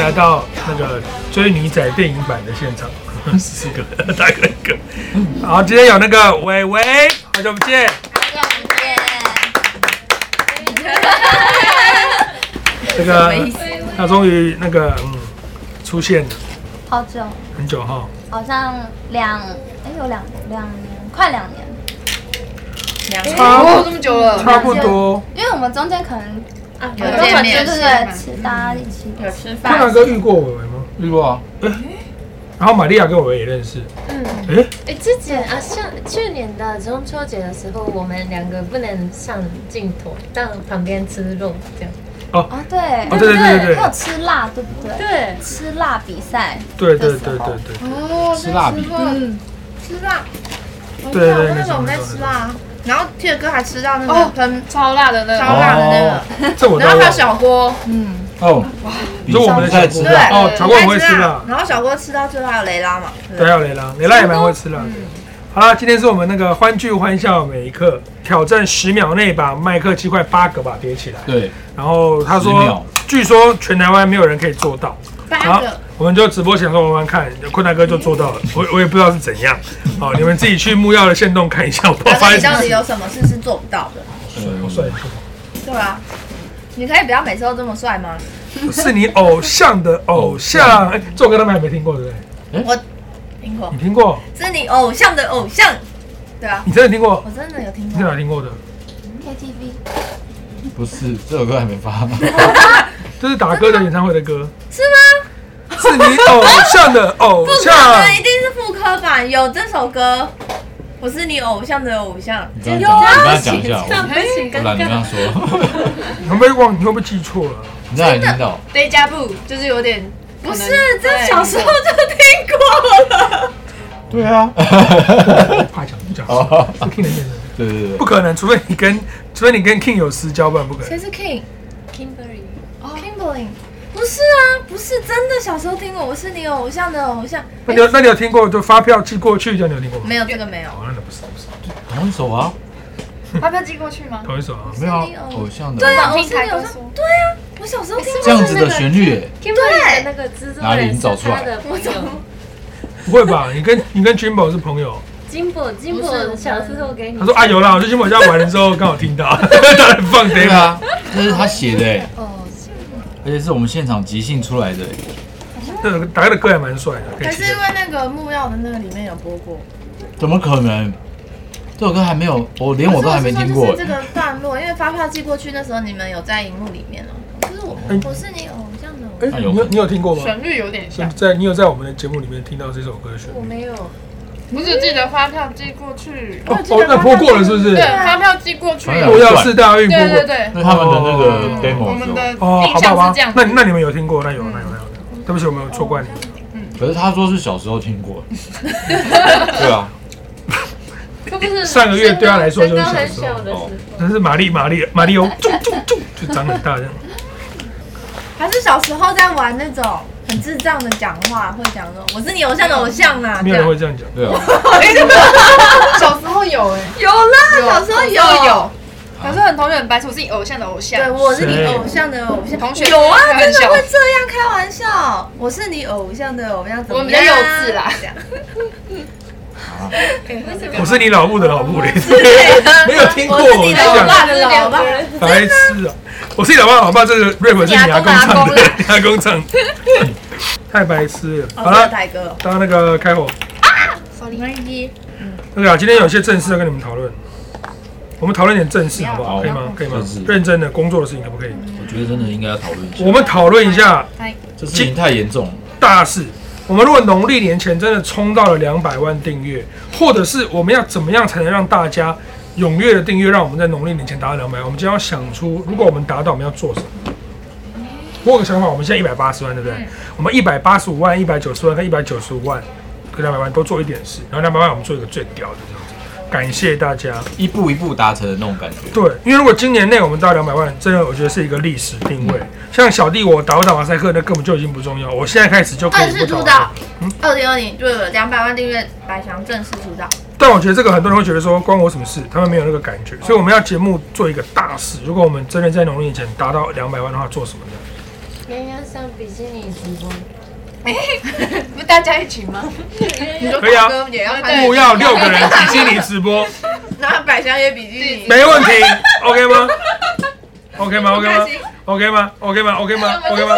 来到那个追女仔电影版的现场，四个大哥一个。好，今天有那个伟伟，好久不见。这个他终于那个嗯出现了 好久，很久哈，好像两哎有两两年，快两年，差哦，这么久了，差不多。因为我们中间可能有根见本就面对对，吃大家一起有吃饭，坤南哥遇过伟伟吗？遇过啊，然后玛利亚跟伟伟也认识。嗯，诶，哎，之前啊，像去年的中秋节的时候，我们两个不能上镜头，到旁边吃肉这样。哦对哦对对对对对还有吃辣对不对？对，吃辣比赛，对对对对对哦，吃辣饼嗯，吃辣，对对对，那时候我们在种吃辣，然后 T 哥还吃到那个喷超辣的那个，超辣的那哦个，这我然倒忘后还有了。小锅，哦，这我们的在小吃锅对，辣，哦小锅很会吃辣辣，然后小锅吃到最辣的雷拉嘛，对，对不对还有雷拉，雷拉也蛮会吃辣的。好啦，今天是我们那个欢聚欢笑每一刻，挑战十秒内把麦克七块八个吧叠起来。对，然后他10说秒，据说全台湾没有人可以做到。八好个，，我们就直播享受玩玩看，坤大哥就做到了，我我也不知道是怎样。好，你们自己去木曜的线洞看一下，我不知道发反正生什么你到底事。有什么事是做不到的，我嗯帅，对吧？你可以不要每次都这么帅吗？我是你偶像的偶像。哎，这首歌他们还没听过，对不对？我听过你，听过？是你偶像的偶像，对啊，你真的听过？我真的有听你在过，哪听过的？ KTV 不是这首歌还没发 吗？这是达哥的演唱会的歌，是吗？是你偶像的偶不可像。能，一定是副科版有这首歌。我是你偶像的偶像，你跟他讲，你跟啊他那讲一下，不行，我刚懒得跟他刚说， 你会不会忘？你会不会记错了？你在哪里听到？ d e j a vu 就是有点不是，这小时候就听过了。对啊，怕讲不讲？哦是 King 的演唱会对对对不，可能，除非你跟除非你跟 King 有私交，不然不可能。是 King？ Kimberly 哦，Kimberly。不是啊，不是真的，小时候听过。我是你偶像的偶像，那你有那你有听过就发票寄过去这样你有听过吗？没有这个没有。好像不是不是，好像手啊，发票寄过去吗？头一首啊。没有啊偶像的，对啊，我听是你台偶歌像说。对啊，我小时候听这过。样子的旋律耶， Kimberly 的那个制作人是他的朋友不会吧？你跟你跟 Jimbo 是朋友？ Jimbo Jimbo 小时候给你他说啊有啦，我去 Jimbo 家玩的时候刚好听到， 当然放对 demo。啊，这是他写的耶，哦而且是我们现场即兴出来的欸耶，这首歌打开的歌还蛮帅的，可以还期是待因为那个木曜的那个里面有播过，怎么可能？这首歌还没有，我连我都还没听过可是我是说就是这耶，个段落，因为发票寄过去那时候你们有在荧幕里面哦。可是我哎我是你偶像的偶像，哎，你有你有听过吗？旋律有点所以像，在你有在我们的节目里面听到这首歌的旋我律？没有，我只记得发票寄过去，哦记得哦，那发播票过了就是不是对，？啊发票寄过去，传染我对要四大运播对对过。对因，为他们的那个哦我 demo 们的时的候哦，好印吧，好象吧是这样，嗯那那你们有听过？那有那有那有那有。对不起，我没有错怪你。可是他说是小时候听过，对啊，可不嗯是上个月对他来说就是身高小很时候小的时候哦，但是玛丽玛丽玛丽欧，啾啾啾，就长很大 这样。还是小时候在玩那种很智障的讲话，会讲说我是你偶像的偶像啦。没有人会这样讲。对啊，小时候有哎，啊有啦，小时候有有，小时候很同学很白痴，我是你偶像的偶对，像，我是你偶像的偶像。同学有啊，开玩真的笑会这样开玩笑。我是你偶像的偶像，怎么我样啊们比较幼稚啦这样我是你老母的老母嘞， 没有听过，我是你的老讲爸的老爸。白痴啊！我是你老爸，老爸这个 rap 是你阿公唱的， 你阿公唱的，太白痴了。好哦，这个了，台哥，当那个开火。那个啊，今天有些正事要跟你们讨论，我们讨论点正事好不好？好可以吗？可以吗正事？认真的工作的事情可不可以？我觉得真的应该要讨论一下，我们讨论一下这事情太严重了。大事。我们如果农历年前真的冲到了两百万订阅，或者是我们要怎么样才能让大家踊跃的订阅，让我们在农历年前达到两百万？我们今天要想出，如果我们达到，我们要做什么？我有个想法，我们现在一百八十万，对不对？我们一百八十五万、一百九十万跟一百九十五万跟两百万都做一点事，然后两百万我们做一个最屌的这样子。感谢大家。一步一步达成的那种感觉。对，因为如果今年内我们到两百万，真的我觉得是一个历史定位。像小弟我打不打马赛克，那根本就已经不重要。我现在开始就可正以不式出打道了。，二零二零就有两百万订阅，白翔正式出道。但我觉得这个很多人会觉得说关我什么事，他们没有那个感觉。所以我们要节目做一个大事。如果我们真的在农历年前达到两百万的话，做什么呢？鸳鸯上比基尼直 播，不是大家一起吗？你说可以啊哥也要不拍，要六个人比基尼直 播，然后百香也比基尼，没问题，OK 吗？OK 吗不？OK 开吗心？OK 吗？OK 吗？OK 吗？OK 吗？OK 吗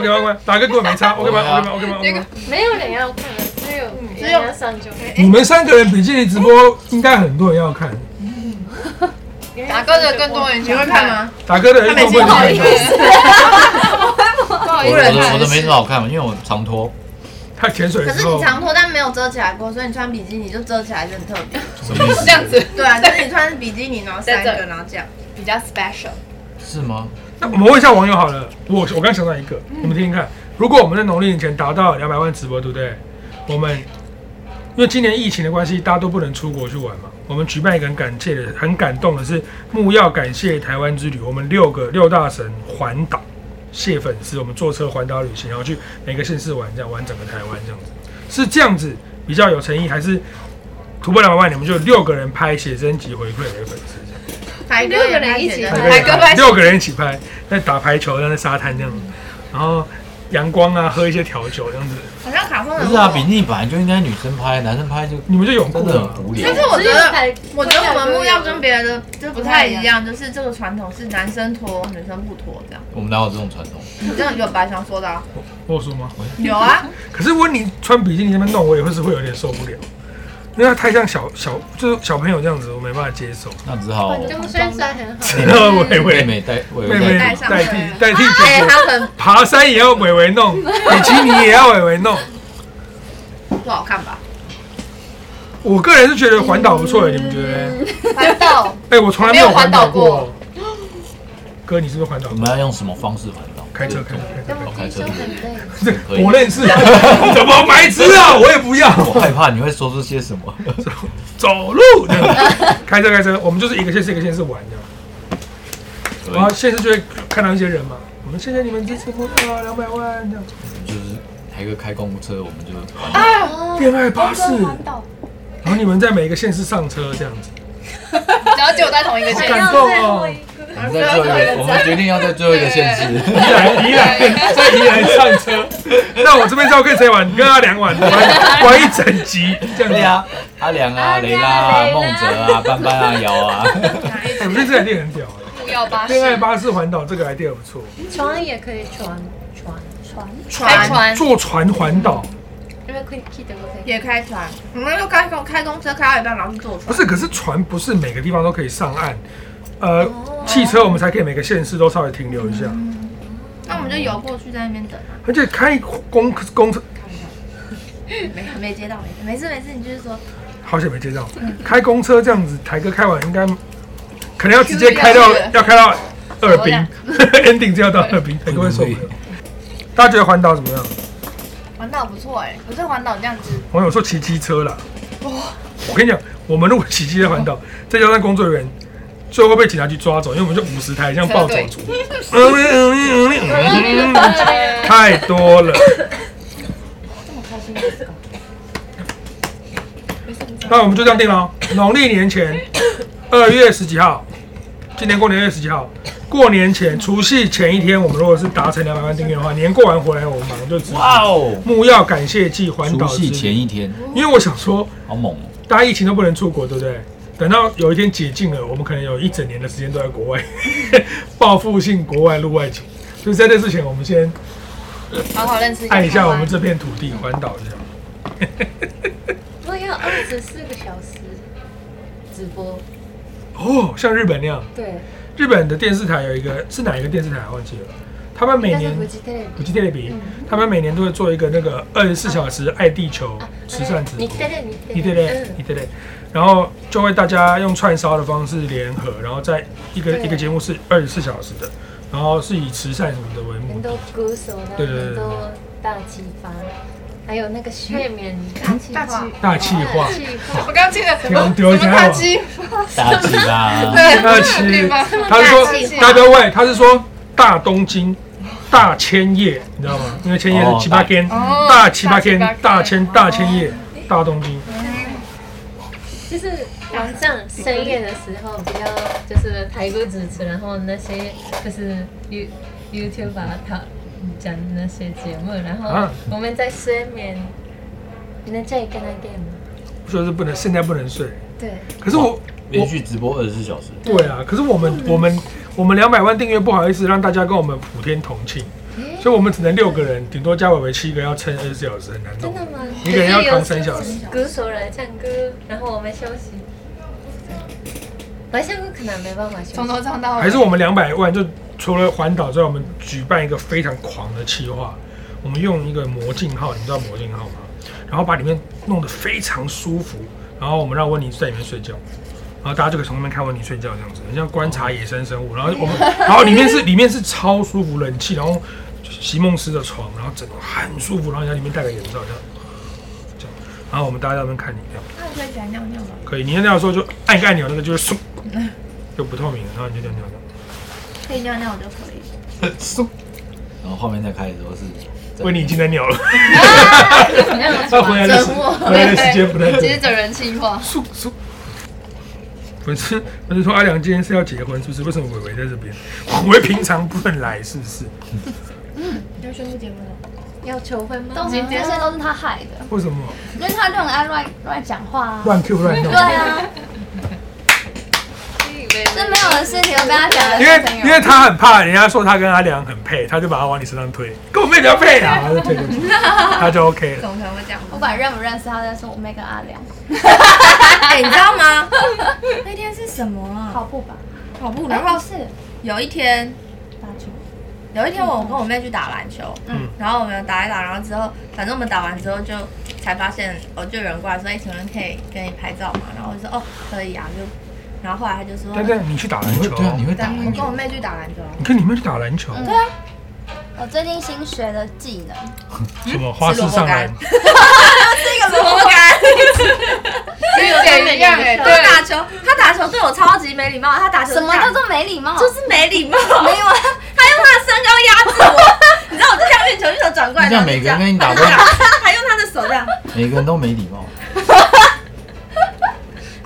？OK 吗？打个滚没差，OK 吗？OK 吗？OK 吗？OK 吗？没有人要看，啊嗯只有鸳鸯上就看。你们三个人比基尼直播，应该很多人要看。打哥的更多人你想会看？吗？打哥的人他每有次不好问意题，思，不好意我思，的我的没什么好看，因为我常脱。他潜水可的是时你候，长拖但没有遮起来过，所以你穿比基尼就遮起来是很特别。什么意思这？样子对啊，就是你穿比基尼，然后三在个，这然后这样。比较 special。是吗？那我们问一下网友好了，我我刚想到一个，你们听听看，如果我们在农历年前达到两百万直播，对不对？我们因为今年疫情的关系，大家都不能出国去玩嘛，我们举办一个很感谢的、很感动的是木曜感谢台湾之旅，我们六个六大神环岛，谢粉丝，我们坐车环岛旅行，然后去每个县市玩，这样玩整个台湾这样子，是这样子比较有诚意，还是突破两百万你们就六个人拍写真集回馈给粉丝？这样台哥六个也人拍一写起真拍排排哥拍六个人一起拍，在打排球，在那沙滩这样，然后阳光啊，喝一些调酒这样子，好像卡通人不物是啊，比基尼本来就应该女生拍，男生拍就你们就泳真裤啊的了很。无聊但。是我只觉有得，台我觉得我们木曜跟别的就不太一样，就是这个传统是男生脱，女生不脱这样。我们哪有这种传统？你这样有白翔说的、 啊，我有说吗？有啊，可是温妮穿比基尼那边弄，我也会是会有点受不了，因为她太像小小就是小朋友这样子，我没办法接受。那只好中山帅很 好，伟嗯妹伟妹带伟妹伟妹带。代替代替哎、姐姐，他很爬山也要伟伟弄，比基尼也要伟伟弄。不好看吧？我个人是觉得环岛不错的，你们觉得？环岛，哎，我从来没有环没有环岛岛过。哥，你是不是环岛我过？们要用什么方式环岛？开车开车开车。我开听车说很累。可以我。认识， 怎么白痴啊？ 我也不要，我害怕你会说出些什么。 走路这样，开车开车，我们就是一个县市一个县市玩这样，对然后县市就会看到一些人嘛，我们谢谢你们支持播客啊，两百万这样，就是台哥开公务车，我们就恋爱巴士，环岛，然后你们在每一个县市上车这样子，然后只哎有在同一个好县市。感动 哦，我们在最后一个，我们决定要在最后一个县市。宜兰宜兰在 啊宜兰上车，那我这边知道跟谁玩，跟阿良玩，玩玩一整集这样对子。啊，阿良啊，雷拉啊，孟哲啊，班班啊，瑶 啊，哎我觉得这 idea 很屌啊，不要吧，恋爱巴士环岛这个 idea 不错，船也可以船船，开船船，坐船环岛。因为 Quick Key 的都可以。也开船，我们就开公开公车开到一半，然后去坐不船。是，可是船不是每个地方都可以上岸，呃，汽车我们才可以每个县市都稍微停留一下，那我们就游过去，在那边等啊。而且开公公车没没接到，没没事没事，你就是说好久没接到，开公车这样子，台哥开完应该可能要直接开到去了要开到二走滨了 ，ending 就要到二滨，很多人受不了。大家觉得环岛怎么样？环岛不错哎，我对环岛这样子，网友说骑机车啦，我跟你讲，我们如果骑机车环岛，再加上工作人员，最后会被警察局抓走，因为我们就五十台像暴走族，太多了。那我们就这样定了哦，农历年前二月十几号，今年过年二月十几号，过年前除夕前一天，我们如果是达成两百万订阅的话，年过完回来，我们马上就直播。哇哦！木曜感谢季环除岛之夕前旅，一天，因为我想说， 好猛哦！大家疫情都不能出国，对不对？等到有一天解禁了，我们可能有一整年的时间都在国外，报复性国外路外景。所以在这之前，我们先好好认识爱一下哎我们这这片土地，环岛一下。我要二十四个小时直播，哦，像日本那样，对，日本的电视台有一个是哪一个电视台啊忘记了，他们每但是嗯年不记得。不记得比，他们每年都会做一个那个二十四小时爱地球慈善直播你。啊嗯对你你对嘞，你对嘞，然后就会大家用串烧的方式联合，然后在一个对一个节目是二十四小时的，然后是以慈善什么的为目很的多。鼓手的，对对对很多大启发，还有那个睡眠大气大气大气化，气化，我刚刚听了什天么啊丢什么家大伙鸡，哦大吉啦！大对气吧，他是说大气化大家喂，他是说大东京。大千叶，你知道吗？因为千叶哦是七八天，哦大七八天大七八，天大千大千叶，大东京。就是晚上深夜的时候比较就是台歌主持，然后那些就是 You YouTuber 他讲那些节目，然后啊我们在睡眠，那这里跟他 game 吗就是不能现在不能睡。对，可是我 连续直播二十四小时， 对啊，可是我们我们我们两百万订阅不好意思让大家跟我们普天同庆，所以我们只能六个人，顶多加伟伟七个要撑二十四小时，很难真弄。的吗？一个人要扛三小时，歌手来唱歌，然后我们休息。白香歌可能没办法休息，从头唱到尾。还是我们两百万就除了环岛之外，我们举办一个非常狂的企划，我们用一个魔镜号，你知道魔镜号吗？然后把里面弄得非常舒服，然后我们让温妮在里面睡觉。然后大家就可以从那边看温妮睡觉，这样子，很像观察野生生物。然后我们，然后里面是里面是超舒服，冷气，然后席梦思的床，然后整个很舒服，然后你在里面戴个眼罩这样，这样，然后我们大家在那边看你这样。那你可以起来尿尿吗？可以，你尿尿的时候就按一个按钮，那个就是嗖， 就不透明了，然后你就尿尿了。可以尿尿我就可以。然后后面再开始都是在维尼已经在尿了，他折回来磨，的时回来的时间不太直接对。整人气化。嗖嗖，粉丝粉丝说阿良今天是要结婚是不是？为什么伟伟在这边？伟伟平常不能来是不是？要宣布结婚了。要求婚吗？都是这嗯些都是他害的，为什么因为他就很爱乱乱讲话啊。乱 Q 乱对弄？啊，这没有的事情都被他讲的因为因为他很怕人家说他跟阿良很配，他就把他往你身上推，跟我妹比较配啊，他就推过去，他就 OK 了。怎么可能会这样？不管认不认识他，在说我妹跟阿良，哎、你知道 吗？那天是什么啊？跑步吧，跑步，然然后后是有一天，打球，有一天我跟我妹去打篮球，嗯嗯，然后我们有打一打，然后之后，反正我们打完之后就才发现，哦，就有人过来说，哎、请问可以跟你拍照吗？然后我就说，哦，可以啊，就，然后后来他就说，但但你去打篮球，对啊，你会打我篮跟我球？妹去打篮球啊，你跟你妹去打篮球，对啊。我最近新学的技能，什么花式上篮？这个萝卜干， 怎样哎？他打球，他打球对我超级没礼貌，他打球什么叫打做没礼貌？就是没礼貌，没有啊，他用他的身高压制我，你知道我就这样运球，运球转过来，你这 然样后就每个人这样，跟你打都，还用他的手这样，每个人都没礼貌。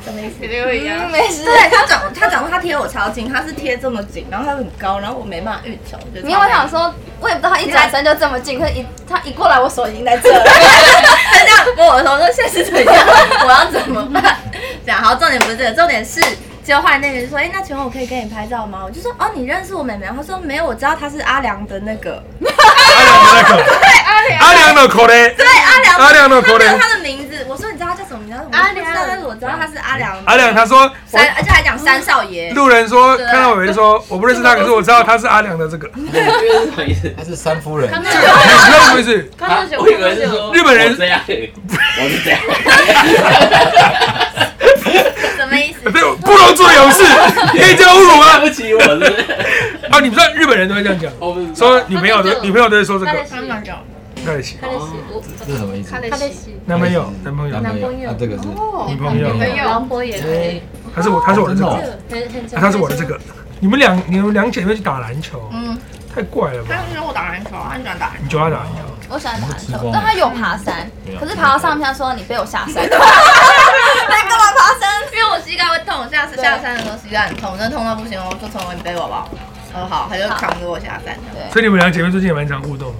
肯定会一样。没事，对他转他转过他贴我超近，他是贴这么紧，然后他很高，然后我没办法运球，就因为我想说，我也不知道他一转身就这么近，可是一他一过来，我手已经在这了。他这样摸我的头说现在是怎样， 我要怎么办？这样好，重点不是这个，重点是。结果后来那个人就说：“哎、那请问我可以跟你拍照吗？”我就说：“哦，你认识我妹妹？”他说：“没有，我知道她是阿良的那个，阿良的那个，阿良的口嘞，对阿良，阿良的口他没嘞有。他的名字。我说你知道他叫什么名字？阿阿良良，但是我知道他是阿良。阿良他说，我三，而且还讲三少爷。路人说对看到伟伟说，我不认识他，可是我知道他是阿良的这 个，你是什么意思？他是三夫人，知道什么意思？啊我以为是说 日本人我这样，我是这样，嗯什么 意思？对，不能做有事，你可以这样侮辱对吗？不起，我是，啊，你不知道日本人都会这样讲，我不知道说女朋友他的们就女朋友都会说这他的个，喜，他在一起，的喜，我这是什么意思？他的他的喜，男朋友男朋友男男朋朋友，友啊，这个是女朋友女，朋友老婆也可以，他是我他是我的这个，哦啊真很很常他是我的这个，你们两你们两姐妹去打篮球，嗯，太怪了他吧？是我打篮球，他喜欢打篮球。你教他打篮球，我喜欢打篮你们吃光球，了但他有爬山没，有可是爬到上面他说你被我吓死了，他干嘛爬山？因为我膝盖会痛，我下次下山的时候膝盖很痛，真的痛到不行，哦我就从我背我吧。我说好，他就扛着我下山。所以你们两姐妹最近也蛮常互动的，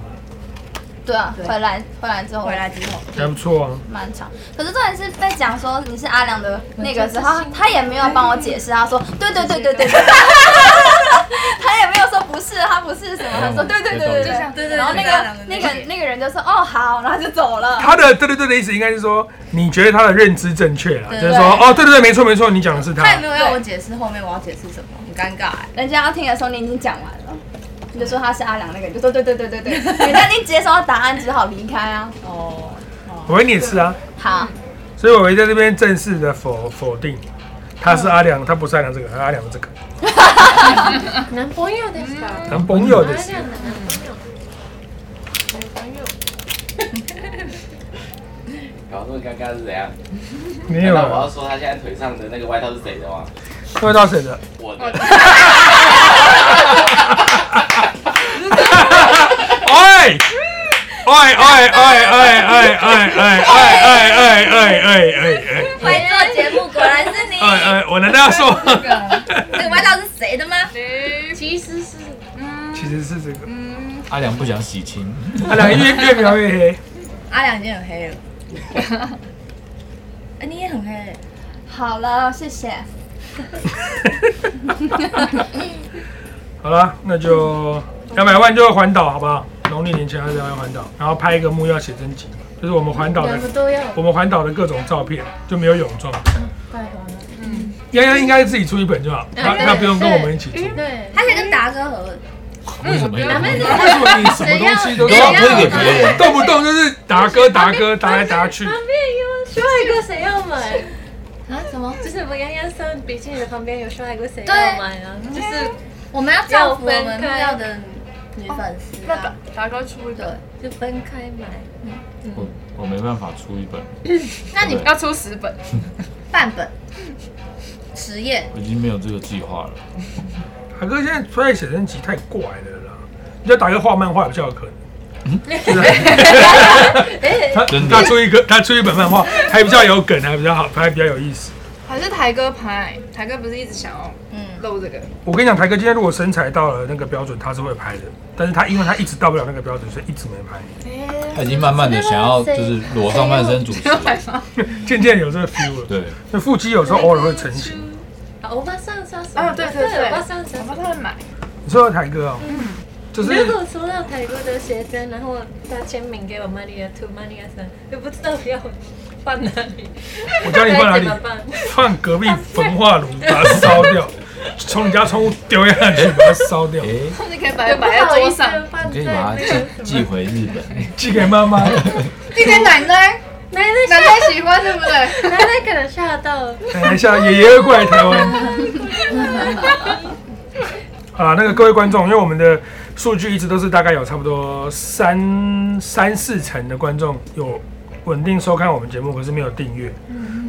对啊，对回来回来之后回来之后，还不错啊。蛮长，可是重点是被讲说你是阿良的那个时候，他也没有帮我解释，他说对对对对对对，他也没有说不是，他不是什么，他说嗯对对对对对对对，然后那个那个那个人就说哦好，然后就走了。他的对对对的意思应该是说，你觉得他的认知正确了，对就是说，哦，对对对，没错没错，你讲的是他也他没。有要我解释后面我要解释什么，很尴尬哎。人家要听的时候，你已经讲完了，你就说他是阿良那个，你就说对对对对 对，人家已经接收到答案，只好离开啊。哦，我你也是啊，好，所以我会在这边正式的否否定，他是阿良，他不是阿良这个，他是阿良的这个嗯 男朋友的喜，男朋友的他事这。样的男朋友， 搞这么尴尬是怎样？没难有哎道我要啊，说他现在腿上的那个外套是谁的吗？会到谁的？我的。哎哎哎哎哎哎哎哎哎哎哎哎哎哎会做节目果然是你。哎哎，我难道要说？那个外套是谁的吗？其其实是 其实是这个。阿良不想洗清，阿良越越描越黑，阿良已经很黑了。 哎，你也很黑欸， 好了，谢谢。 好了，那就两百万就环岛，好不好？农历年前还是要环岛，然后拍一个木曜写真集，就是我们环岛的两个都要。我们环岛的各种照片，就没有泳装。拜拜了丫丫应该自己出一本就嗯好，她她不用跟我们一起出。对，他可以跟达哥合为什么要？为什么你什么东西都 你要推给别人？动不动就是达哥达哥达来达去旁？边有帅哥谁要买？啊？什么？就是我洋洋上比基尼的旁边有帅哥谁要买啊？就是我们要造福我们要分目开标的女粉丝那达啊！达哥出一个，就分开买。我我没办法出 一本，那你对要出十本，半本实验，我已经没有这个计划了。达哥现在出来写真集太怪了啦，你叫达哥画漫画比较有可能。他真的他出一个，他出一本漫画，还比较有梗，还比较好，还比较有意思。还是台哥拍？台哥不是一直想要嗯，露这个？我跟你讲，台哥今天如果身材到了那个标准，他是会拍的，但是他因为他一直到不了那个标准，所以一直没拍。他已经慢慢的想要就是裸上半身主持了， 渐渐有这个 feel 了，对，那腹肌有时候偶尔会成型。嗯啊，欧巴桑莎莎。哦，对对对，欧巴桑莎我莎帮。他们买。你说的台哥哦，嗯就是如果收到泰国的写真，然后他签名给我玛利亚图玛利亚桑，又不知道 要放哪里，我叫你 放哪该怎里么办？放隔壁焚化炉，把它烧掉，从你家窗户丢下哎去，把它烧掉，诶，你可以摆摆在桌上，， 放可以在把那它个寄寄回日本。寄给妈妈。递给奶奶，奶奶奶奶喜欢对不对？奶奶可能吓到，等一下，哎爷爷会过来台湾。啊，那个各位观众，因为我们的数据一直都是大概有差不多三三四成的观众有稳定收看我们节目，可是没有订阅，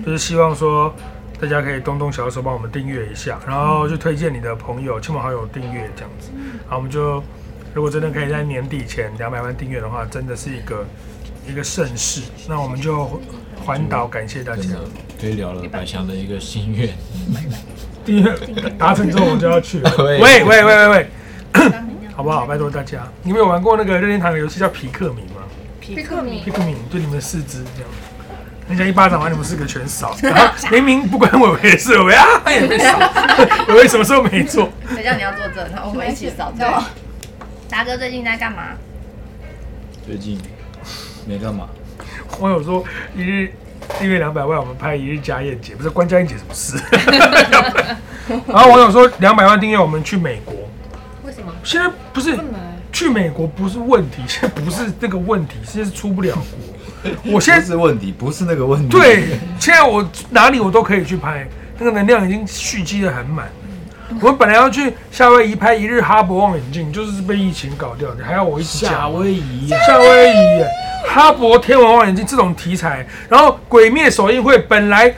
就是希望说大家可以动动小手帮我们订阅一下，然后就推荐你的朋友、亲朋好友订阅这样子。好，我们就如果真的可以在年底前两百万订阅的话，真的是一个一个盛世。那我们就环岛，感谢大真家。的可以聊了百祥的一个心愿，订阅达成之后我就要去了。喂喂喂喂喂喂，好不好？拜托大家，你们有玩过那个任天堂的游戏叫皮克米吗？皮克米皮克米就你们四肢这样，人家一巴掌把你们四个全扫，然 后明明不关伟伟的事，伟伟啊他也没扫， 伟伟什么时候没做？谁叫你要作证？然后我们一起 扫掉。达哥最近在干嘛？最近没干嘛，网友说一日订阅两百万，我们拍一日家宴节，不是关家宴节什么事？ 然后网友说两百万订阅，我们去美国。为什么？现在不是去美国不是问题， 现在不是这个问题，现在是出不了国。我现不在是问题，不是那个问题。对，现在我哪里我都可以去拍，那个能量已经蓄积的很满。我本来要去夏威夷拍一日哈勃望远镜，就是被疫情搞掉的，还要我一起讲夏威夷啊，夏威夷、哈勃天文望远镜这种题材，然后《鬼灭》首映会本来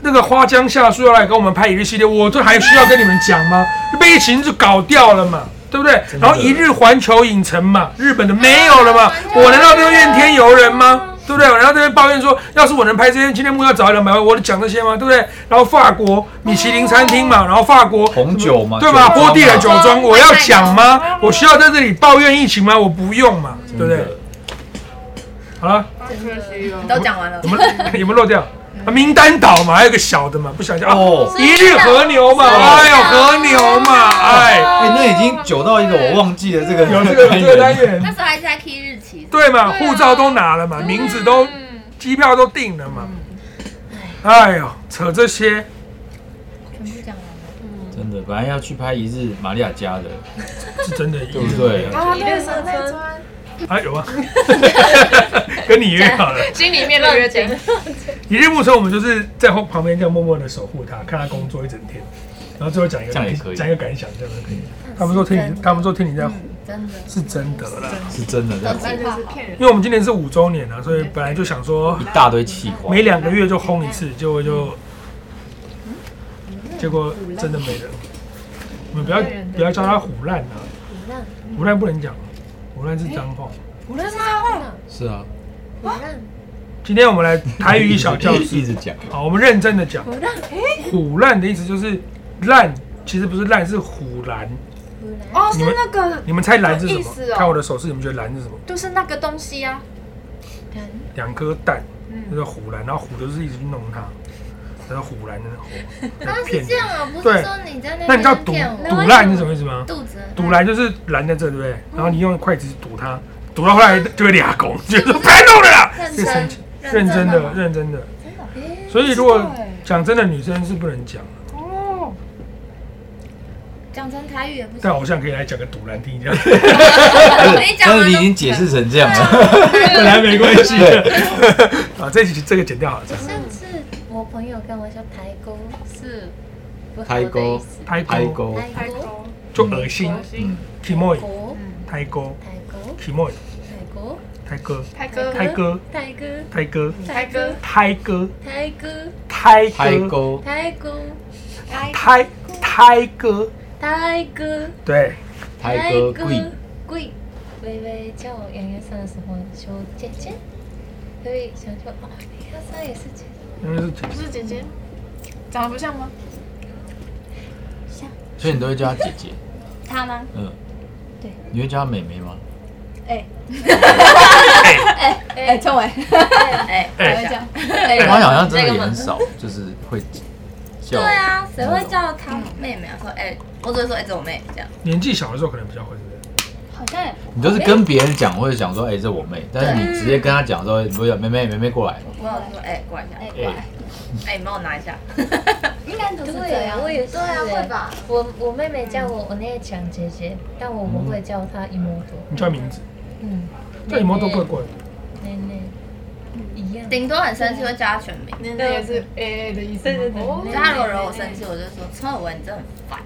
那个花江夏树要来跟我们拍一日系列，我这还需要跟你们讲吗？被疫情就搞掉了嘛，对不对？然后一日环球影城嘛，日本的没有了嘛，我难道六怨天尤人吗？对不对？我难道这边抱怨说，要是我能拍这些，今天幕要找两百万，我得讲这些吗？对不对？然后法国米其林餐厅嘛，然后法国哦红酒嘛，对吧？酒庄波地的酒嘛庄，我要讲吗？我需要在这里抱怨疫情吗？我不用嘛，对不真的对？好了，可惜哦。都讲完了我。们有没有漏掉？啊名单岛嘛，还有个小的嘛，不想讲哦。哦，一日和牛嘛，哎呦和牛嘛，哎，哎，那已经久到一个我忘记了这个有这个有这个单元那，时候还在 key 日期，对嘛？护照都拿了嘛，名字都机票都订了嘛，哎呦，扯这些，全部讲完了。真的，本来要去拍一日玛利亚家的，是真的，对不对？一日三餐，哎有啊， 跟你约好了。心里面的约定， 一日木村，我们就是在后旁边这样默默的守护他，看他工作一整天，然后最后讲一个这样也可以讲一个感想，这样就可以。他们说听你，他们说听你在，真的，是真的啦。是真的，这样子计划好了。因为我们今年是五周年啊，所以本来就想说一大堆气话每。两个月就轰一次，结果就，嗯结果真的没了。我们不要不要叫他虎烂啊，虎烂不能讲，虎烂是脏话。是啊， 음.今天我们来台语小教室一，直讲，好，我们认真的讲，虎烂的意思就是烂，其实不是烂，是虎兰，哦，是你们那个，你们猜蓝是什意思么？哦看我的手势，你们觉得蓝是什么？就是那个东西啊。两颗蛋，嗯那个虎蓝，然后虎就是一直去弄它，然后虎蓝的虎，在骗是这样人。啊，不对是说你在那那你知道边堵骗我堵烂是什么意思吗？肚子嗯堵蓝就是蓝在这，对不对？然后你用筷子堵它，堵到后来就会俩拱，就说别弄了啦，嗯认就真生气。认真的，认真的。所以如果讲真的，女生是不能讲的，讲成台语也不行。但好像可以来讲个堵蓝听一下， 你哎讲但完是你已都经解释成这样了，本来没关系的。啊，这集这个剪掉好了，这样上次我朋友跟我说台沟是不好台的沟意思，拍拍勾勾，台沟就恶心嗯， ，kimoi 国拍勾台沟 kimoi 台沟拍哥泰哥，拍哥台哥拍哥泰哥，拍哥台拍哥拍哥勾，台沟拍拍哥，台哥对，拍勾贵，贵。微微叫我洋洋桑的时候说姐姐，所以想说哦，洋洋桑也是姐姐。因为是不是姐姐，长得不像吗？所以你都会叫她姐姐，他吗？嗯，对，你会叫她妹妹吗？哎，政委，哎哎会讲。我发现好像真的也很少，就是会叫，对啊，谁会叫他妹妹啊？说哎，我只会说哎，这我妹这样。年纪小的时候可能比较会，对不对？你都是跟别人讲或者讲说，哎，这我妹，但是你直接跟她讲的时候，你不会讲妹妹妹妹过来，我有说哎，过来一下，哎，哎，你帮我拿一下。 应该都是这对啊样，。我也是。对啊，会吧？我我妹妹叫我我那也讲姐姐，但我们会叫她姨母多。你叫名字，嗯，叫你猫都怪怪的。奶奶一样。顶多很生气会叫他全名。那也是 A A 的意思吗。对对对哦可是他如果惹我生气，我就说陈伟文你真的很烦，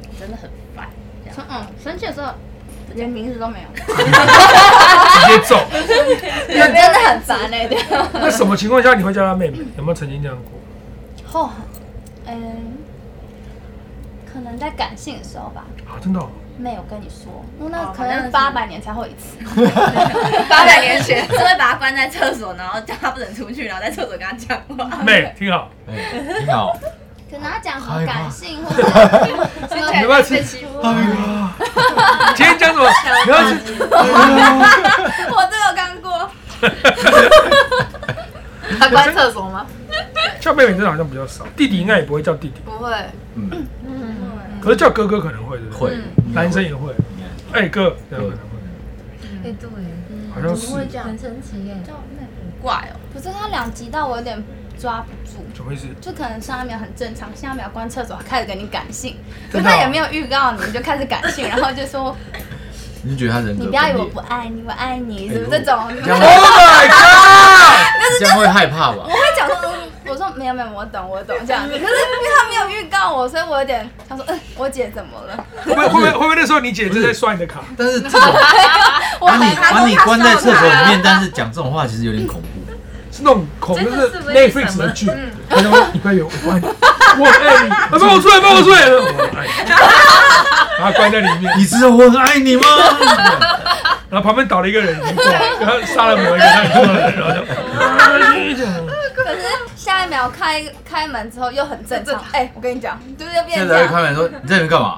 你真的很烦。这样嗯，生气的时候连名字都 没有，直接揍。真的很烦欸哎，对。那什么情况下你会叫她妹妹？有没有曾经这样过？哦，嗯，可能在感性的时候吧，啊，真的哦、没有跟你说，那哦可好像能是八百年才会一次。八百年前，就会把他关在厕所，然后叫他不准出去，然后在厕所跟他讲话。妹，挺好。哎，挺好，可能他讲什害么怕感性，或者 你要不要吃？哎呀，今天讲什么？你要吃？我都有干过， 他关厕所吗？叫妹妹真的好像比较少，弟弟应该也不会叫弟弟，不会，嗯，可是叫哥哥可能会，对不对？会，嗯男生也会。嗯应该哎、哥，这样可能哎，对，会，好像是。很神奇耶。怪哦。可是他两集到我有点抓不住。什么意思？就可能上一秒很正常，下一秒关厕所开始跟你感性，可真是的哦他也没有预告你，你就开始感性，然后就说你觉得他人格你分不裂？要以为我不爱你，我爱你，哎什么这种，如你果们这样会会 Oh my 这样会害怕吧？讲说，嗯我说没有没有，我懂我懂这 样子，可是因为他没有预告我，所以我有点想说，嗯，我姐怎么啊了？ god！会不会 会不会会不会那时候你姐正在刷你的卡？但是这种我把你还把你关在厕所里面，但是讲这种话其实有点恐怖。是那种恐怖，真就的是是 Netflix 的剧。他说：“你快点，我爱你，我爱你，啊放我出来，放我哎出来！”我爱你，然后关在里面，你知道我很爱你吗？然后旁边倒了一个人，已经过来，然后杀了某一个看过的人，然后就啊可是下一秒开开门之后又很正常。哎，我跟你讲，就是又变现这 在会样。开门说你在里面干嘛？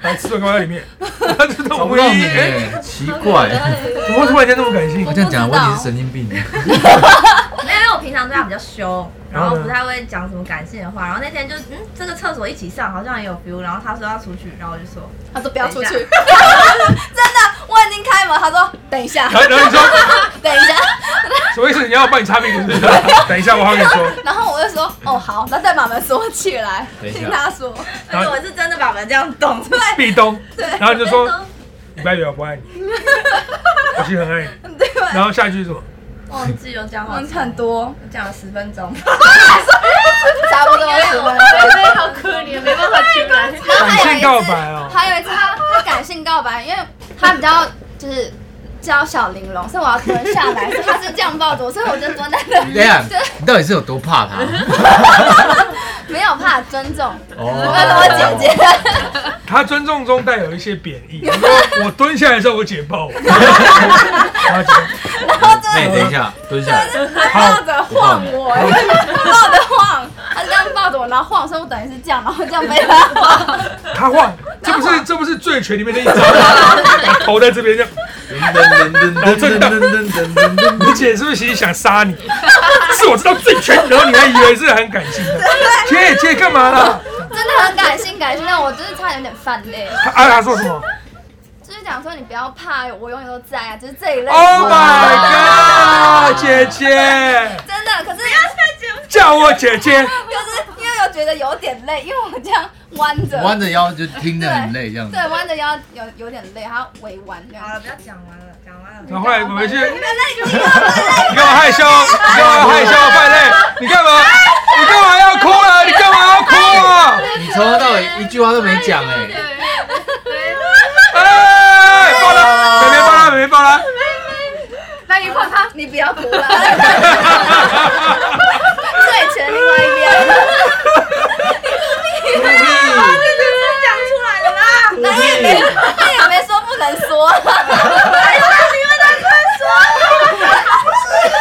然啊后吃了关在里 面，他就找懂不我到意你义，哎，耶，奇怪，怎么会突然间这么感性我？这样讲的问题是神经病。没有，因为我平常对他比较凶，然然后后呢不太会讲什么感性的话。然后那天就嗯，这个厕所一起上好像也有 feel，然后他说要出去，然后我就说他啊说不要出去，等真一的，我已经开门，他说等一下然，后然后你说等一下， 什么意思？你要我帮你擦屁股是 不是？等一下，我好跟你说。然后我就说哦好，那再把门锁起来，等一下听他说。 然而且后我是真的把门这样咚出来，壁咚，然后你就说：“你不要以为我不爱你，我其实很爱你。”然后下一句是什么？忘记有 讲好嗯，很多，讲了十 分钟，差不多十分钟。对，好可怜，没办法进 来。感性告白哦。还有一次他他感性告白，因为他比较就是娇小玲珑，所以我要蹲下来，所以他是这样抱着我，所以我就蹲在那 你里，这样，你到底是有多怕他？没有怕尊重。哦他是我姐姐，他尊重中带有一些贬义。他说我蹲下来的时候，我姐抱我。然后姐哎，等一下，蹲下来，她抱着晃我，抱 着晃，他是这样抱着我，然后晃，所以我等于是这样，然后这样被他晃。他晃，这不是这不是醉拳里面的一 招吗，头在这边这样，你姐是不是其实想杀你？是我知道醉拳，然后你还以为是很感性的，姐姐干嘛啦？真的很感性，感性让我真是差点有点犯累。他阿达说什么就是讲说你不要怕，我永远都在啊，就是这一类的。 ？Oh my god，姐姐真的，可是不要太久，叫我姐姐，可是因为又觉得有点累，因为我这样弯着，弯着腰就听得很累这样子。对，弯着腰有有点累，还要微弯这样。不要讲完了，讲 完了。然后后来我们去，你你们累，你们干嘛害羞？你干嘛害羞犯累？你干嘛？你干嘛要哭啊？你干嘛要哭啊？你从头到尾一句话都没讲哎，哎，爆了，妹妹爆了，妹妹爆了。那你换他，你不要哭 了，醉拳另外一边。努力，讲出来了啦，努力，累，他也没说不能说，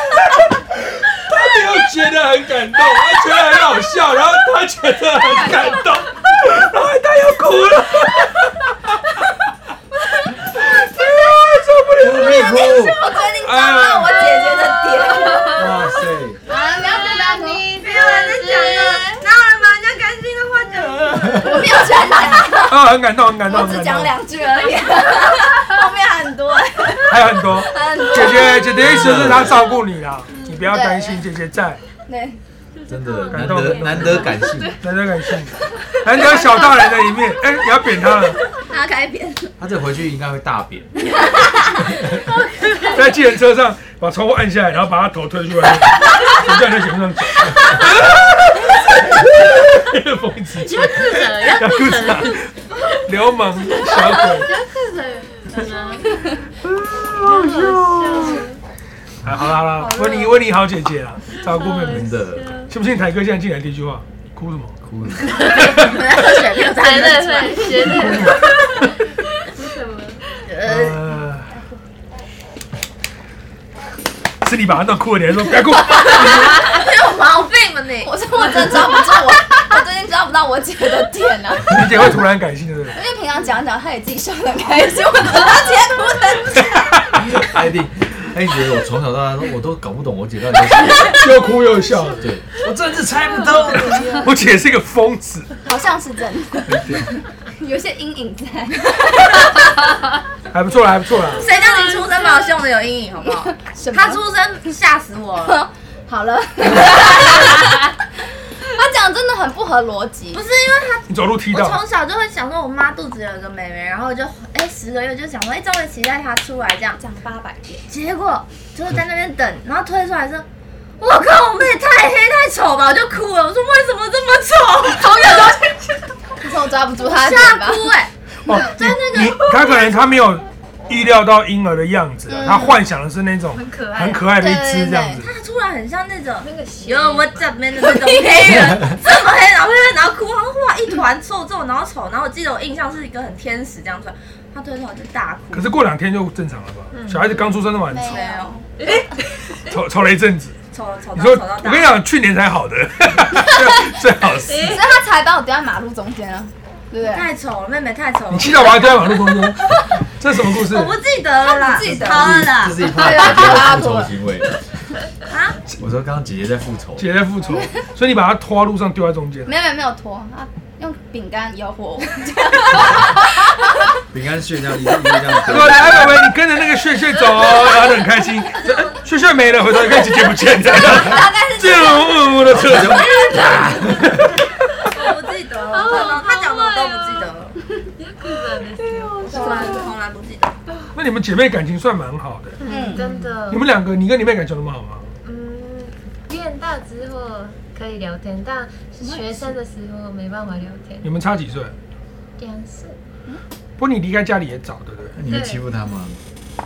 他没有觉得很感动，他觉得很好笑，然后他觉得很感动，然后他又哭了。努力我哭，决定哎到啊我姐姐的点。哇 塞，不要再打你，不要在讲啊了，哪有人把人家感性的话讲？我没有全讲，啊，很感动，很感动，我很只感讲动，两句而已，后面很多还有很多。很多。姐姐，姐姐的意思是她照顾你啦，你不要担心，姐姐在，对，真的难得难得感性，难得感性，难得小大人的一 面。哎，你要扁他了，拿开扁，他这回去应该会大 扁。在计程车上把窗户按下来，然后把他头推出 来，就在那前面上走。 疯子，要自责，要小裤子，流氓小鬼。啊，好啦好啦，温妮温妮好姐姐啦，照顾妹妹真。的信不信台哥现在进来第一句话？哭什么？哭 了，我们在喝水没绝有在对认会，绝对会。呃，呃，是你把他弄哭了，你还说不要哭？很有毛病吧你？ 我说我真的抓不住我，我最近抓不到我姐的点了、啊。你姐会突然感性，对不对？因为平常讲讲，她也自己笑得很开心，我等她截图的时艾迪，艾迪，我从小到大都我都搞不懂我姐到底 在想什么。又哭又笑，对，我真的是猜不 透。我姐是一个疯子。候，好像是真的，有些阴影在。还不错啦，还不错啦。 谁叫你出生把我凶的有阴影好不好？什么他出生吓死 我了，好了，她讲真的很不合逻辑不。是因为他。你走路踢我到从，小就会想说，我妈肚子有一个妹妹，然后就哎、十个月就想说，哎、终于期待她出来这样。讲八百遍，结果就是在那边等，然后推出来说：“我靠，我妹太黑太丑吧！”我就哭了，我说：“为什么这么丑？”从远到可是我抓不住她的吓点吧？哭哎、哦，你你他可能他没有预料到婴儿的样子啊，他幻想的是那种很可爱、很可爱的一只这样子。她突然很像那种那个有我怎么的那种黑人，这么黑，然后黑人然后哭，然后哇一团皱皱，然后丑，然后我记得我印象是一个很天使这样出来，她推出来就大哭。可是过两天就正常了吧？小孩子刚出生的嘛，很没丑有，没丑丑了一阵子。丑丑你到说，丑我到大跟你。讲，去年才好的，最好是。只是她才把我丢在马路中间啊，对不对？太丑了，妹妹太丑了你，气到把他丢在马路中间，这是什么故事我？不记得了啦，她不记得好了啦这，是一趴姐姐的复仇行为啊！我说刚刚姐姐在复仇，姐在复仇，所以你把他拖到路上丢在中间。 没有没有没有拖，她用饼干诱惑 我。饼干屑这样一粒一粒这样说丢。来，伟伟，你跟着那个炫炫走哦，然后就很开心。就哎炫炫没了，回头一看姐姐不见了，大概是这样呜呜的车。我不记得了，她讲的我都不记得了。从来从来不记得。那你们姐妹感情算蛮好的，嗯，真的你，们两个，你跟你妹感情那么好吗？嗯，变大之后可以聊天，但学生的时候没办法聊天。你们差几岁？两岁，不过你离开家里也早，对不对？那你们欺负她吗？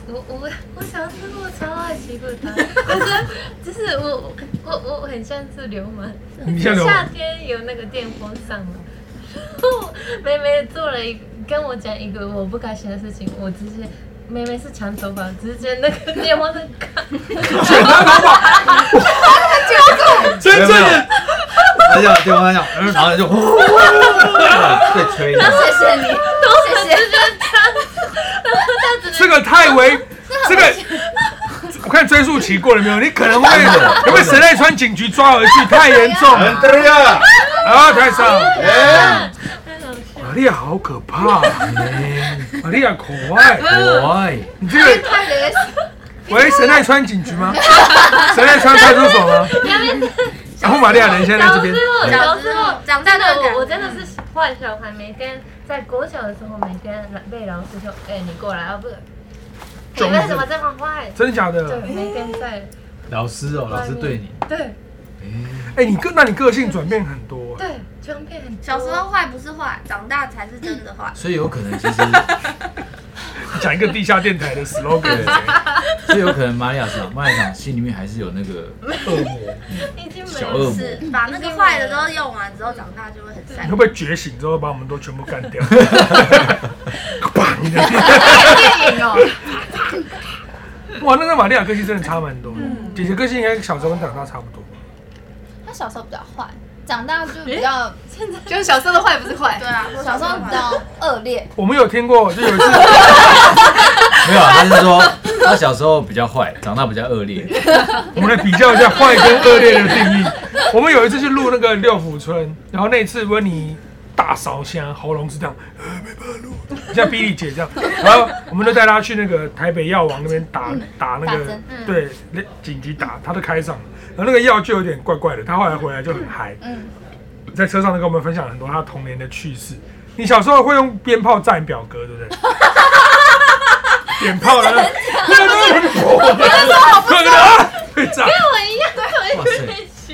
我我我小时候超爱欺负 他，可是啊就是我我我我很像是流氓。你像刘夏天有那个电风扇嘛， 妹妹做了一个跟我讲一个我不开心的事情，我直接妹妹是长头发，直接那 个电风扇咔剪她头发，真正的 她这样丢，她这样，然后就被吹。 谢谢你，谢追溯期过了没有？你可能会有被谁在穿警局抓回去，太严重了对呀，啊！太伤了。哎，玛利亚好可怕、啊玛利亚可爱，哎，你这个快点，喂，谁在穿警局吗？谁在穿派出所吗？然后玛利亚人现在在这边小，哦时候，小时候，长大真的的，我我感真的是坏小孩，每天在国小的时候，每天被老师说：“哎、你过来啊，不，哎中你为什么这么坏真的假？”对，的？每天在，老师哦，老师对你，对哎、你个，那你个性转变很多、啊对，装变很多小时候坏不是坏，长大才是真的坏。所以有可能其实， 讲一个地下电台的 slogan，所以有可能玛利亚厂，玛利亚厂心里面还是有那个恶魔，已经没小有恶魔，是把那个坏的都用完之后，长大就会很你善会不良。会觉醒之后把我们都全部干掉？ 砰一下电影哦，哇，那跟玛利亚个性真的差蛮多的。姐姐个性应该小时候跟长大差不多。他小时候比较坏，长大就比较就是小时候的坏不是坏对，啊，小时候比较恶劣。我们有听过，就有一次。没有啊，他是说他小时候比较坏，长大比较恶劣。我们来比较一下坏跟恶劣的定义。我们有一次去录那个六福村，然后那一次温妮大烧香，喉咙是这样，呃、没办法录，像比利姐这样。然后我们就带她去那个台北药王那边打打那个打针对那紧急打，她都开上了。然后那个药就有点怪怪的，她后来回来就很嗨，在车上就跟我们分享很多她童年的趣事。你小时候会用鞭炮炸你表哥，对不对？点炮然后，对对对，我不知道，会炸。哇塞，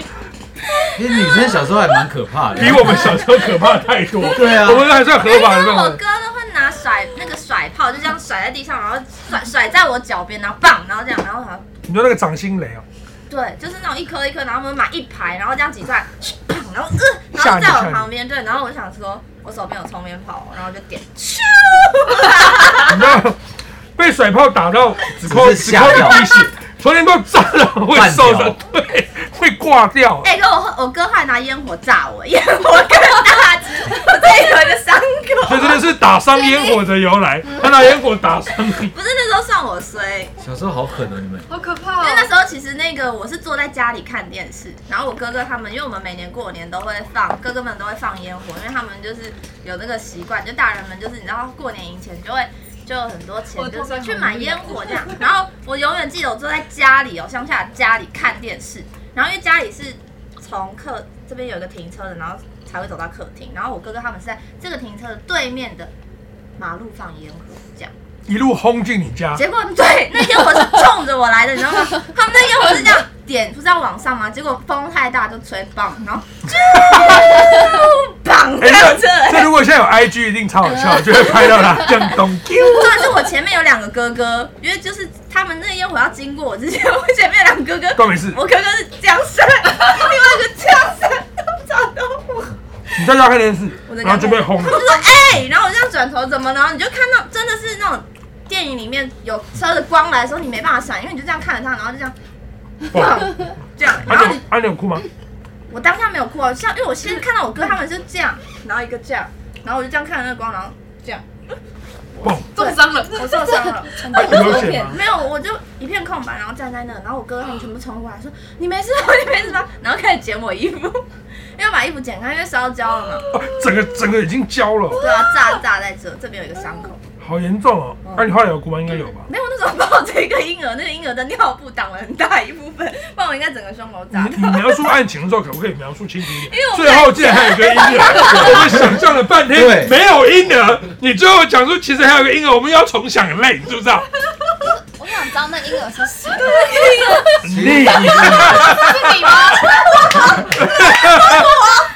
其实女生小时候还蛮可怕的，比我们小时候可怕太多。 对啊我们还算合法的像我范围哎哥。呢会拿甩那个甩炮，就这样甩在地上，然后甩甩在我脚边，然后棒，然后这样，然后好像你说那个掌心雷哦，对，就是那种一颗一颗，然后我们买一排，然后这样挤出来，咻砰然后呃，然吓后你在吓我你旁边，对，然后我想说，我手边有充电宝，然后就点，咻，你知道被甩炮打到只扣只是只扣吓到一滴血，昨天都炸了会受半 伤，对，会挂掉。哎、跟我后我哥还拿烟火炸我， 烟火更大只，我这里有一个伤口，这真的是打伤烟火的由哎来，他拿烟火打伤你。不是那时候算我衰，因小时候好狠哦，你们。好可怕为哦。那时候其实那个我是坐在家里看电视，然后我哥哥他们，因为我们每年过年都会放，哥哥们都会放烟火，因为他们就是有那个习惯，就大人们就是你知道过年以前就会。就有很多钱，就是说去买烟火这样。然后我永远记得我坐在家里哦，乡下的家里看电视。然后因为家里是从客这边有一个停车的，然后才会走到客厅。然后我哥哥他们是在这个停车的对面的马路放烟火这样。一路轰进你家，结果对，那烟火是冲着我来的，你知道吗？他们那烟火是这样点，不是要往上吗？结果风太大就 吹棒，然后棒哎，这样子。这这如果现在有 IG 一定超好笑，就会拍到他这样咚。重点是我前面有两个哥哥，因为就是他们那个烟火要经过我之前，我前面有两个 哥哥，都没事，我哥哥是这样闪，另外一个这样闪，找到我。你在家看电视我，在家然后就被轰他了。说哎、然后我这样转头怎么了，然后你就看到真的是那种电影里面有车的光来的时候，你没办法闪，因为你就这样看着他，然后就这样哇 棒这样，然啊后你你有啊你有哭吗？我当下没有哭啊，像因为我先看到我哥他们是这样，然后一个这样，然后我就这样看着那个光，然后这样，嘣，重伤了，我受伤了，流血吗？没有，我就一片空白，然后站在那，然后我哥他们全部冲过来说你没事吧，你没事吧，然后开始剪我衣服， 因为把衣服剪开，因为烧焦了嘛，哦整个整个已经焦了，对啊，炸炸在这，这边有一个伤口，好严重哦。嗯那你后来有哭吗？应该有吧。没有，那时候抱着一个婴儿，那个婴儿的尿布挡了很大一部分，不然我应该整个胸口炸你到你。描述案情的时候，可不可以描述清楚一点嗯为？我最后竟然还有一个婴 儿，我们想象了半天对没有婴儿，你最后讲出其实还有个婴儿，我们又要重想很累，你知不知道？我想知道那婴儿是谁，你是你吗？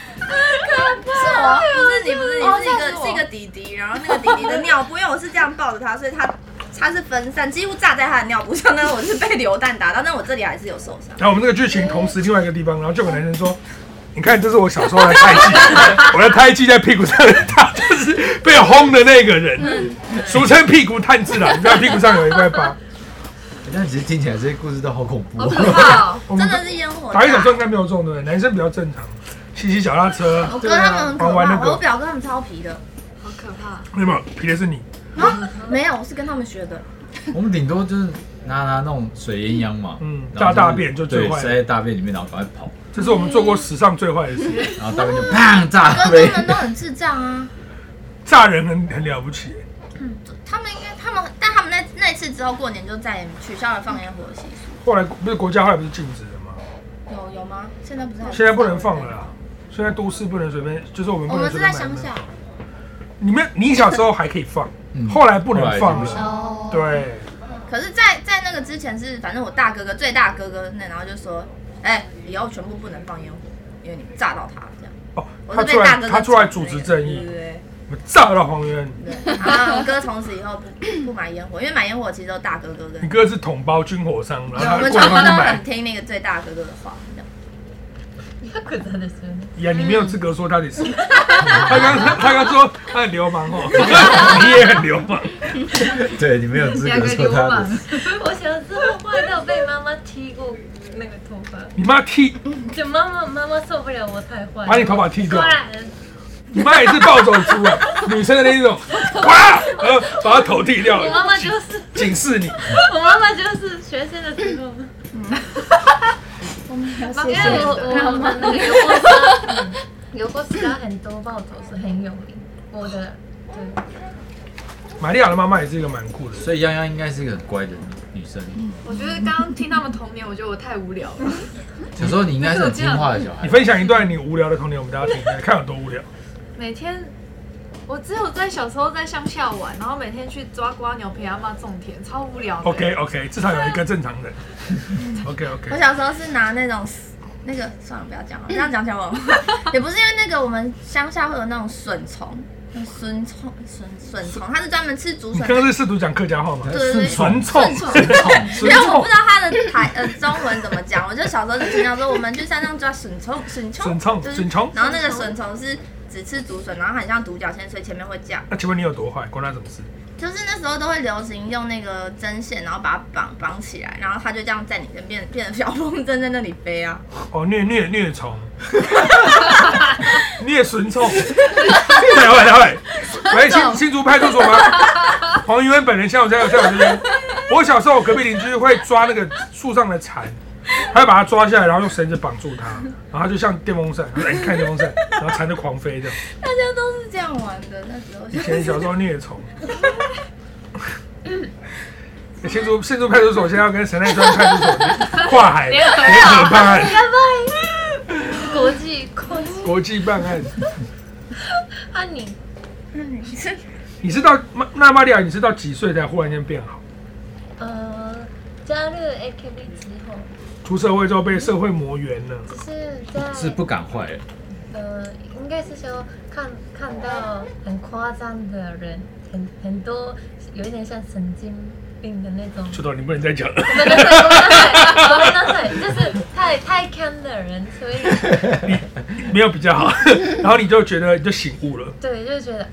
是我，不是你，不是你，哦是一吓死个我是一个弟弟，然后那个弟弟的尿布，因为我是这样抱着他，所以他他是分散，几乎炸在他的尿布上，但是我是被榴弹打到，但我这里还是有受伤。然后我们这个剧情同时另外一个地方，然后就有男生说。你看，这是我小时候的胎记，我的胎记在屁股上，他就是被轰的那个嗯人，俗称屁股探治啦。你知道屁股上有一块疤，但其实听起来这些故事都好恐怖、好可怕哦。我们真的是烟火打一手大时候应该没有中对不对？男生比较正常，骑骑脚踏车，啊啊我哥他们很可玩玩那怕，我个，表哥他们超皮的好可怕！没有皮的是你，啊，没有，我是跟他们学的，我们顶多就是拿拿那种水鸳鸯嘛，嗯然后大大便就最对坏了塞在大便里面，然后赶快跑，这是我们做过史上最坏的嗯事，然后大便就砰炸哥飞 哥。们都很智障啊。炸人很很了不起。他们应该，他们，但他们那那次之后过年就再也取消了放烟火的习俗，后来不是国家后来不是禁止了吗？有有吗？现在不是还？现在不能放了。啦，现在都市不能随便，就是我们我不能们随是便在买乡下卖。，你们你小时候还可以放，嗯后来不能放后来就不行了。 어,对，可是在，在那个之前是，反正我大哥哥最大哥哥那，然后就说，哎、以后全部不能放烟火，因为你炸到他了这样。哦，我他是出被大来哥哥他出来主持正对义，对我炸到黄渊。对对。然后我哥从此以后不不买烟火，因为买烟火其实都大哥哥跟你。哥是统包军火商，然对我后他过们全来部帮你都买很。听那个最大哥哥的话，这样。可真的是，呀，你没有资格说他得嗯是。他刚他刚说他很流氓哦，你也很流氓。对你没有资两格个说流他氓 的。，我小时候坏到被妈妈剃过那个头发， 你妈剃，就妈妈妈妈受不了我太坏，把你头发剃掉过来，你妈也是暴走族啊， 女生的那一种，哇，呃，把她头剃掉我了，妈妈就是警示你。我妈妈就是学生的时候，그,因为我我我们那个油锅烧，油锅烧很多暴走是很有名，我的对，玛利亚的妈妈也是一个蛮酷的人，所以泱泱应该是一个很乖的女生，我觉得刚刚听他们童年，我觉得我太无聊了。小时候你应该是很听话的小你孩。分享一段你无聊的童年，我们大家听一下，看有多无聊。每天我只有在小时候在乡下玩，然后每天去抓瓜牛陪阿妈种田，超无聊的。 OK OK，至少有一个正常 人。OK 我 OK，小时候是拿那种那个，算了，不要讲了，这样讲起来我 很坏也不是因为那个我们乡下会有那种笋虫，那笋虫笋笋虫，它是专门吃竹你笋刚。刚是试图讲客家话吗？对对纯冲， 顺 对，因纯为我冲不知，道它的台呃中文怎么讲，我就小时候就听到说我们去山上抓笋虫，笋虫，笋虫就是笋虫然后那个笋虫是只吃竹笋，然后很像独角仙，所以前面会叫。那请问你有多坏？关他什么事？就是那时候都会流行用那个针线，然后把它绑绑起来，然后它就这样在你身边变成小风筝在那里飞啊。哦，虐虐虐虫， 虐损虫， 来来来，喂，新新竹派出所吗？ 黄云恩本人下午在我在我这边。我小时候，我隔壁邻居会抓那个树上的蝉，他会把它抓下来，然后用绳子绑住它，然后它就像电风扇，然后哎、看电风扇，然后蝉就狂飞这样。大家都是这样玩的，那时候以前小时候虐虫。新竹新竹派出所现在要跟神奈川派出所跨海联合办案。国际国际，国际办案。啊你你是到那玛利亚，你是到几岁才忽然间变好？呃加入 AKB 之后，出社会之后被社会磨圆了，只是在是不敢坏，呃，应该是说看看到很夸张的人，很很多有一点像神经病的那种。秋桐，你不能再讲了。 对对对，我们那对，就是太太坑的人，所以没有比较好，然后你就觉得你就醒悟了。对，就觉得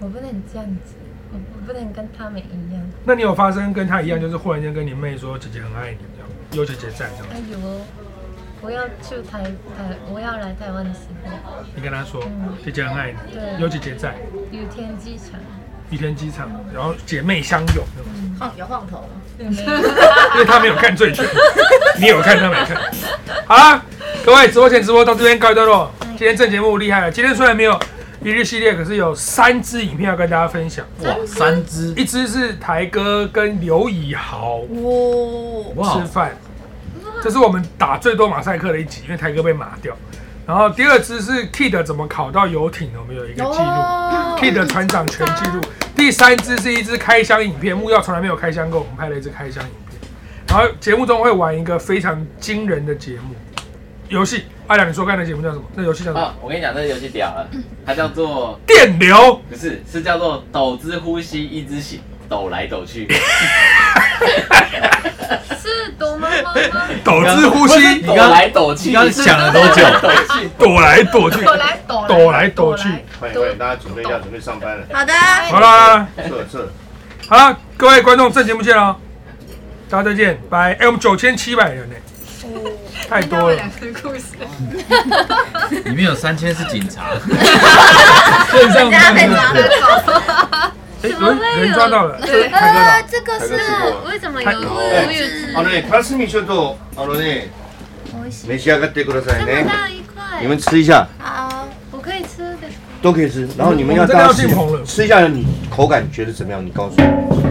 我不能这样子，我我不能跟他们一样。那你有发生跟他一样，就是忽然间跟你妹说姐姐很爱你这样，有姐姐在这样，哎呦，我要去台台，我要来台湾的时候，你跟她说姐姐很爱你，对有姐姐在，有天机场， 雨天机场，然后姐妹相拥，晃有晃头吗？对没有？因为她没有看醉拳，你有看她没看。好啦，各位直播前直播到这边告一段落，今天这节目厉害了，今天虽然没有一日系列，可是有三支影片要跟大家分享。哇，三只，一只是台哥跟刘以豪哇，哇吃，饭，这是我们打最多马赛克的一集，因为台哥被码掉。然后第二只是 Kid 怎么考到游艇的，我们有一个记录、，Kid 船长全记录。第三只是一支开箱影片，木曜从来没有开箱过，我们拍了一支开箱影片。然后节目中会玩一个非常惊人的节目游戏，阿良你说刚才的节目叫什么？那游戏叫什么？啊， 我跟你讲，这个游戏屌了，它叫做电流。不是是叫做抖之呼吸一之醒，抖来抖去。是躲猫猫吗？抖之呼吸，抖来抖去，你刚想了多久 抖去，躲来躲去，抖来抖来躲来躲去。欢迎欢迎，大家准备一下，准备上班了。好的，好啦。撤了撤了。好了，各位观众，正节目见了，大家再见，拜。哎、我们九千七百人呢、嗯太听他多们了两。个故事， 里面有三千是警察，线上大家被犯抓罪。到。哎，什么有都有人抓到了，对凯哥到呃了，这个是为什么太有多乌鱼あのね、からすみちょっとあのね、召し上がってくださ这い么ね。大一块你？们吃一下，好，我可以吃的。都可以吃。然后你们要我们真的要大家试进棚了吃一下你口感觉得怎么样？你告诉我。